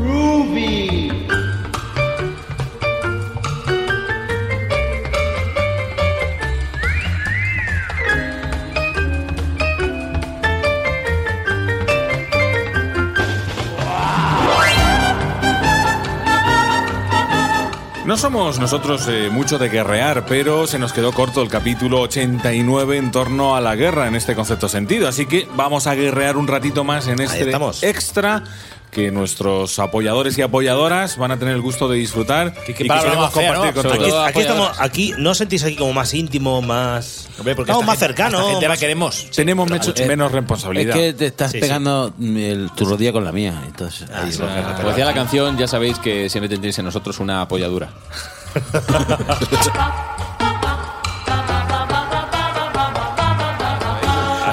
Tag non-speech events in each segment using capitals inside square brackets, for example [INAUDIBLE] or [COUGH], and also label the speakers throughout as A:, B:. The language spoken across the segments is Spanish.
A: Groovy.
B: No somos nosotros eh, mucho de guerrear, pero se nos quedó corto el capítulo 89 en torno a la guerra en este concepto sentido. Así que vamos a guerrear un ratito más en este
C: estamos.
B: extra que nuestros apoyadores y apoyadoras van a tener el gusto de disfrutar
C: Que-
B: y que
C: que palabra
B: solemos
C: más fea,
B: compartir con
C: ¿no? Sobre
B: todos.
C: todo Aquí, aquí
D: apoyadoras.
C: estamos, aquí no os sentís aquí como más íntimo, más. Estamos más cercanos.
D: gente la
C: más-
D: queremos.
B: Tenemos mecho-
D: claro.
B: menos
E: Es
B: responsabilidad.
E: que te estás
C: Sí, sí.
E: pegando mm, el- tu rodilla con la mía. Entonces,
D: Ah,
E: ahí
C: sí,
E: lo-
C: claro.
D: Como decía la canción, ya sabéis que siempre tendréis en nosotros una apoyadura.
C: Ah,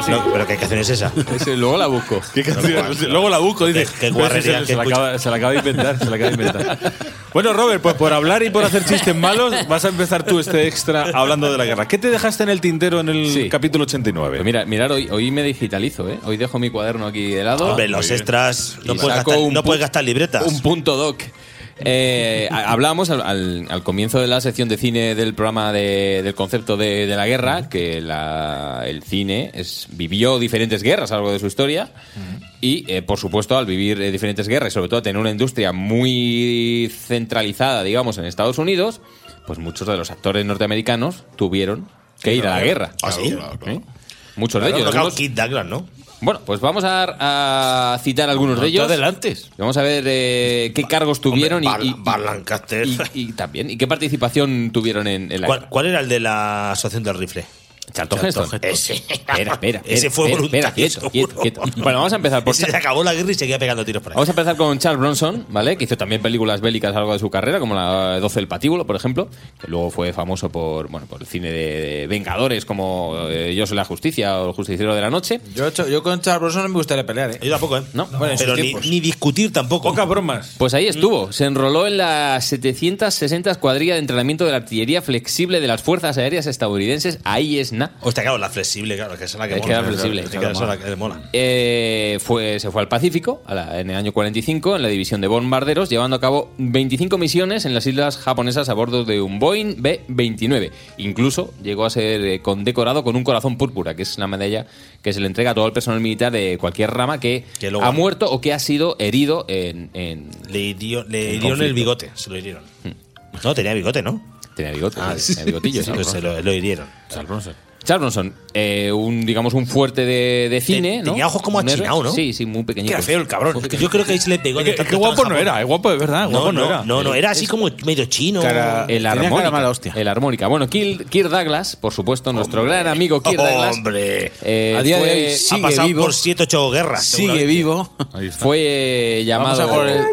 C: No, pero ¿qué canción es
D: Ah,
C: esa?
D: Ese Luego la [LAUGHS] busco.
B: Luego la busco, dice.
C: Qué- qué guarrería
B: se,
C: que
B: se la acaba, se la acaba de inventar, se la acaba de
D: [LAUGHS]
B: inventar. Bueno, Robert, pues por hablar y por hacer chistes malos, vas a empezar tú este extra hablando de la guerra. ¿Qué te dejaste en el tintero en el
D: Sí.
B: capítulo 89?
E: Pues
D: Pero mira, mirar hoy, hoy me digitalizo, ¿eh? Hoy dejo mi cuaderno aquí de lado.
C: Hombre, los extras. No
D: Y
C: puedes,
D: saco
C: gastar,
D: un
C: no
D: pu-
C: puedes gastar libretas.
D: Un punto doc. Eh, a- hablábamos al, al- al comienzo de la sección de cine del programa de- del concepto de, de la guerra, que la- el cine es, vivió diferentes guerras a lo largo de su historia. Y, eh, por supuesto, al vivir eh, diferentes guerras y sobre todo tener una industria muy centralizada, digamos, en Estados Unidos, pues muchos de los actores norteamericanos tuvieron que ir a la guerra.
C: ¿Ah, sí?
D: ¿Eh? Muchos de
C: Claro,
D: ellos.
C: no, claro,
D: Unos-
C: Kid Douglas, ¿no?
D: bueno, pues vamos a, a citar algunos de ellos.
E: adelante.
D: Vamos a ver eh, qué cargos tuvieron y-
C: Hombre,
D: y,
C: Bar- Bar Lancaster.
D: y- y también y qué participación tuvieron en, en la
C: ¿Cuál, cuál era el de la asociación del rifle?
D: Charlton Heston.
C: [LAUGHS] Ese.
D: Espera, espera,
C: Ese fue
D: espera,
C: voluntario,
D: espera, quieto,
C: seguro.
D: quieto, quieto. Bueno, vamos a empezar
C: [LAUGHS]
D: por
C: Ese se acabó la guerra y seguía pegando tiros por ahí.
D: Vamos a empezar con Charles Bronson, ¿vale? Que hizo también películas bélicas a lo largo de su carrera, como la 12 del Patíbulo, por ejemplo, que luego fue famoso por, bueno, por el cine de, de Vengadores, como eh, Yo soy la justicia o El justiciero de la noche.
E: Yo, he hecho- yo con Charles Bronson no me gustaría pelear, ¿eh?
C: Yo tampoco, ¿eh?
D: No, bueno, en
C: pero
E: sus
C: ni,
E: tiempos.
C: ni discutir tampoco.
B: Pocas bromas.
D: Pues ahí estuvo. Se enroló en la 760 Escuadrilla de Entrenamiento de la Artillería Flexible de las Fuerzas Aéreas Estadounidenses. Ahí es na.
C: Hostia, claro, la flexible, claro, que es la que
D: Es
C: mola.
D: que era flexible,
C: Es que
D: claro,
C: esa es la que mola.
D: Eh, fue, se fue al Pacífico a la- en el año 45 en la división de bombarderos, llevando a cabo 25 misiones en las islas japonesas a bordo de un Boeing B-29. Incluso llegó a ser eh, condecorado con un corazón púrpura, que es la medalla que se le entrega a todo el personal militar de cualquier rama que
C: Que lo
D: ha
C: gane.
D: muerto o que ha sido herido en. en
C: Le, hirió- le
D: En
C: hirieron el
D: conflicto. Hmm.
C: bigote, se lo hirieron. No, tenía bigote, ¿no?
D: tenía bigote, tenía bigotillo,
C: Ah, Sí, pues
D: ¿no?
C: se lo, lo hirieron.
D: Charles Bronson, eh, un, digamos, un fuerte de, de cine. ¿no?
C: tenía ojos como
D: Un héroe.
C: achinados, ¿no?
D: Sí, sí, muy pequeñito.
C: el cabrón. Yo creo que ahí se le pegó. de
B: Qué
C: tanto
B: qué
C: estar en
B: guapo no
C: Japón.
B: era, eh, guapo de verdad, guapo no,
C: No, no,
B: era.
C: no, no, era así como medio chino.
E: Cara-
D: El
E: Tenía cara
D: armónica.
E: mala hostia.
D: El armónica. Bueno, Kirk, Kirk Douglas, por supuesto, nuestro gran amigo Kirk Douglas.
C: Hombre.
D: eh,
E: A día
D: fue, ah,
E: de hoy
C: ha
E: sigue
C: pasado
E: vivo.
C: por 7 8 guerras.
E: Sigue
C: seguramente.
E: vivo.
D: fue eh,
E: Vamos
D: llamado.
E: a por el-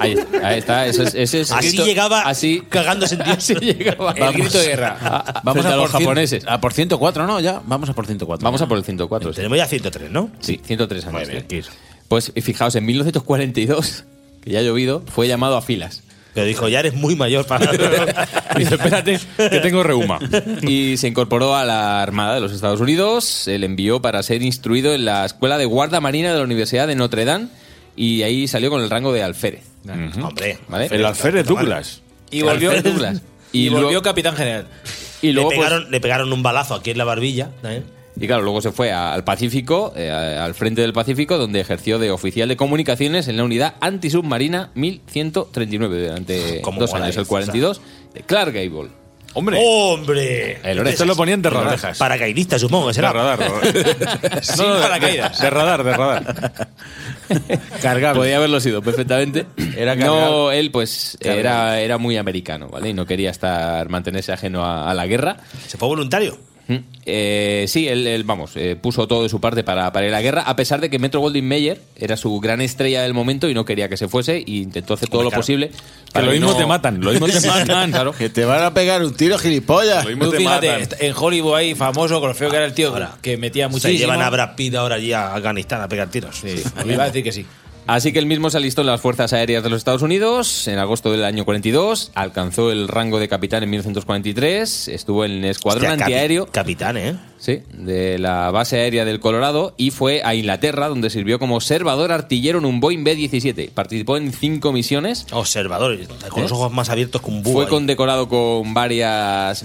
D: ahí, ahí está, ese es. ese es-
C: Así
D: grito-
C: llegaba
D: Así,
C: cagándose
D: [LAUGHS]
C: en Dios.
D: así llegaba.
E: El grito de guerra.
D: Vamos a,
E: por
D: los
E: cien-
D: japoneses.
E: A Ah, por 104, ¿no? Ya, vamos a por 104.
D: Vamos a por el 104. sí.
C: Tenemos ya 103, ¿no?
D: Sí, 103 años.
C: Muy bien,
D: sí.
C: Kirk.
D: Pues eh, fijaos, en 1942, que ya ha llovido, fue llamado a filas.
C: Pero dijo, ya eres muy mayor para.
B: Dice, espérate, [LAUGHS] que tengo reuma.
D: y se incorporó a la Armada de los Estados Unidos. Se le envió para ser instruido en la Escuela de Guarda Marina de la Universidad de Notre Dame y ahí salió con el rango de alférez.
C: Hombre.
D: ¿vale?
B: El alférez Douglas.
E: Y volvió,
D: Alfred Douglas.
E: y
D: Y
E: volvió
D: luego-
E: capitán general.
D: Y luego,
C: le,
D: pues,
C: pegaron, le pegaron un balazo aquí en la barbilla. ¿eh?
D: y claro, luego se fue a- al Pacífico, eh, a- al frente del Pacífico, donde ejerció de oficial de comunicaciones en la unidad antisubmarina 1139 durante
C: Cómo
D: dos
C: mola
D: años,
C: eso,
D: el 42, de Clark Gable.
B: Hombre,
E: Oh,
C: ¡Hombre!
D: El Orejas.
B: esto lo ponían de radar.
C: Paracaidista, supongo que
B: De
C: será.
B: radar.
E: [LAUGHS]
B: no,
E: Sin
B: no, de-
E: paracaídas.
B: De, de radar, de radar. Cargado.
D: Podía haberlo sido perfectamente.
E: Era
D: no,
E: cargado.
D: él pues era, era muy americano, ¿vale? Y no quería estar, mantenerse ajeno a, a la guerra.
C: Se fue voluntario.
D: Mm. Eh, sí, él, él, vamos, eh, puso todo de su parte para, para ir a la guerra, a pesar de que Metro Goldwyn Mayer era su gran estrella del momento y no quería que se fuese y intentó hacer todo
C: Hombre,
D: lo
C: claro.
D: posible.
B: Que
D: para
B: lo mismo
D: no-
B: te matan, lo mismo te
D: [LAUGHS]
B: matan.
D: Claro.
E: Que te van a pegar un tiro, gilipollas.
B: Lo mismo
E: Tú
B: te matan.
E: fíjate, en Hollywood ahí, famoso, con lo feo que era el tío, que metía
C: Se
E: muchísimo.
C: llevan a Brad Pitt ahora allí a Afganistán a pegar tiros.
E: Sí, me iba a decir que sí.
D: Así que él mismo se alistó en las Fuerzas Aéreas de los Estados Unidos en agosto del año 42, alcanzó el rango de capitán en 1943, estuvo en el escuadrón
C: Hostia, capi-
D: antiaéreo
C: Capitán, ¿eh?
D: sí, de la base aérea del Colorado y fue a Inglaterra donde sirvió como observador artillero en un Boeing B-17. Participó en cinco misiones.
C: Observador. Con los
D: ¿Eh?
C: ojos más abiertos que un búho.
D: Fue
C: ahí.
D: condecorado con varias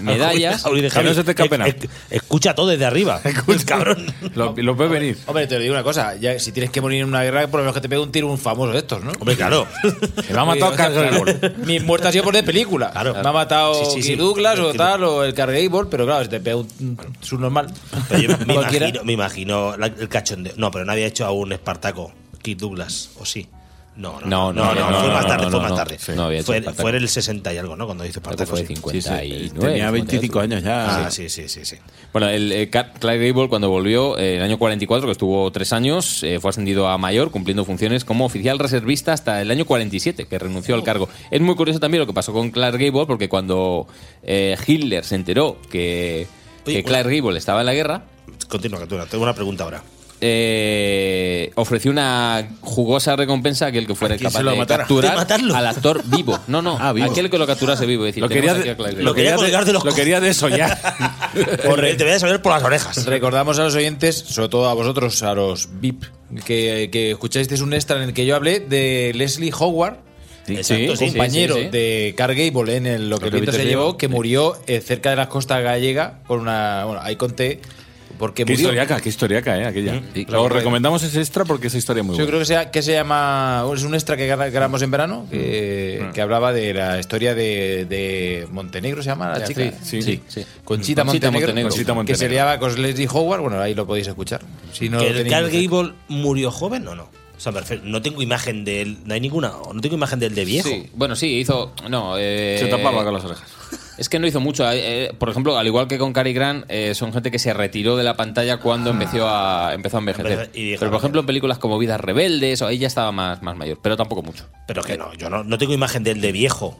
C: [LAUGHS]
D: medallas.
C: Oye,
B: Que no se te escape nada.
C: esc- esc- Escucha todo
B: [LAUGHS]
C: desde arriba. El cabrón.
B: Lo, lo ves venir.
E: Hombre, te digo una cosa, ya, si tienes que morir en una guerra, por lo menos que te pegue un tiro un famoso de estos, ¿no?
C: Hombre, claro.
B: [LAUGHS] Te va a
C: Eh,
B: matar Carl Gable.
E: Mi muerte ha sido por de película.
C: Claro.
E: Me ha matado
C: Sí, sí, sí.
E: Kirk Douglas o
C: Kirk-
E: tal, o el Cargable, pero claro, si te pega un un subnormal.
C: Pero yo me
E: Cualquiera.
C: imagino, me imagino la- el cachondeo. No, pero no había hecho aún Espartaco. Keith Douglas, ¿o sí? No, no,
D: No, no, no, no,
C: fue más
D: no,
C: tarde,
D: no,
C: fue
D: no,
C: más
D: no.
C: tarde.
D: Sí. No había hecho
C: fue,
D: Espartaco.
C: fue en el 60 y algo, ¿no? Cuando hizo
D: Creo que
C: Espartaco.
D: fue
C: sí.
D: 59.
E: Tenía 25 años ya.
C: Ah, sí, sí, sí, sí.
D: Bueno, el eh, Car- Clark Gable cuando volvió eh, en el año 44, que estuvo tres años, eh, fue ascendido a mayor, cumpliendo funciones como oficial reservista hasta el año 47, que renunció al cargo. Es muy curioso también lo que pasó con Clark Gable, porque cuando eh, Hitler se enteró que,
C: Oye,
D: que Clark Gable estaba en la guerra,
C: Continúa, Catura. Tengo una pregunta ahora.
D: eh, ofreció una jugosa recompensa a aquel que fuera
E: quién
D: capaz
E: se lo
D: de
E: matara?
D: capturar
C: ¿De matarlo?
D: al actor vivo. No, no,
E: Ah, vivo.
D: aquel que lo capturase vivo. Es decir,
B: Lo
D: tenemos
B: quería,
D: aquí a Clark Gable.
B: lo quería,
C: colgar
B: de,
C: de los
B: lo
C: co-
B: quería
E: [LAUGHS]
B: desollar.
C: Corre, te voy a saber por las orejas.
E: Recordamos a los oyentes, sobre todo a vosotros, a los VIP, que, que escuchasteis un extra en el que yo hablé de Leslie Howard,
C: Exacto,
D: sí, sí.
E: compañero
D: sí, sí.
E: de Carl Gable en el, lo que el viento se llevó, que murió eh, cerca de las costas gallegas con una. Bueno, ahí conté. Porque
B: qué
E: murió.
B: historiaca, qué historiaca, ¿eh? Aquella.
D: Sí.
B: Lo recomendamos ese extra porque esa historia es muy
E: Yo
B: buena.
E: creo que, sea, que se llama. oh, Es un extra que gra- grabamos en verano que,
D: Mm.
E: que hablaba de la historia de, de Montenegro, ¿se llama la,
D: La
E: chica?
D: actriz, sí. Sí.
E: Conchita,
D: Conchita
E: Montenegro,
D: Montenegro.
B: Conchita
E: Que se
B: Montenegro.
E: liaba con Leslie Howard. Bueno, ahí lo podéis escuchar. Si no
C: ¿Que
E: lo
C: el
E: tenéis
C: Carl
E: muy cerca.
C: Gable murió joven o no? O sea, perfecto. No tengo imagen de él. No hay ninguna. o No tengo imagen de él de viejo.
D: Sí, bueno, sí, hizo. No, eh,
B: Se tapaba con las orejas.
D: Es que no hizo mucho. eh, eh, por ejemplo, al igual que con Cary Grant, eh, son gente que se retiró de la pantalla
E: Ah.
D: cuando empezó a, empezó a envejecer.
C: Empezó- y dijo,
D: Pero, por ejemplo, en películas como Vidas Rebeldes, o ahí ya estaba más, más mayor, pero tampoco mucho.
C: Pero que no, yo no, no tengo imagen de él de viejo.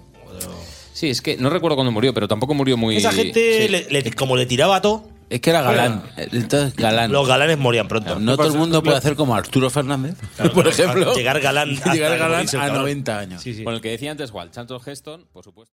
D: Sí, es que no recuerdo cuándo murió, pero tampoco murió muy.
C: Esa gente,
D: sí.
C: le- le- como le tiraba a todo,
E: Es que era
C: galán.
E: Entonces, galán.
C: los galanes morían pronto.
E: No todo el mundo puede hacer como Arturo Fernández, por ejemplo.
C: Llegar galán hasta
E: [LAUGHS] Llegar
C: que
E: galán
C: morirse el
E: a
C: cabrón.
E: 90 años.
D: Con el que decía antes, Walt Chantal Heston, por supuesto.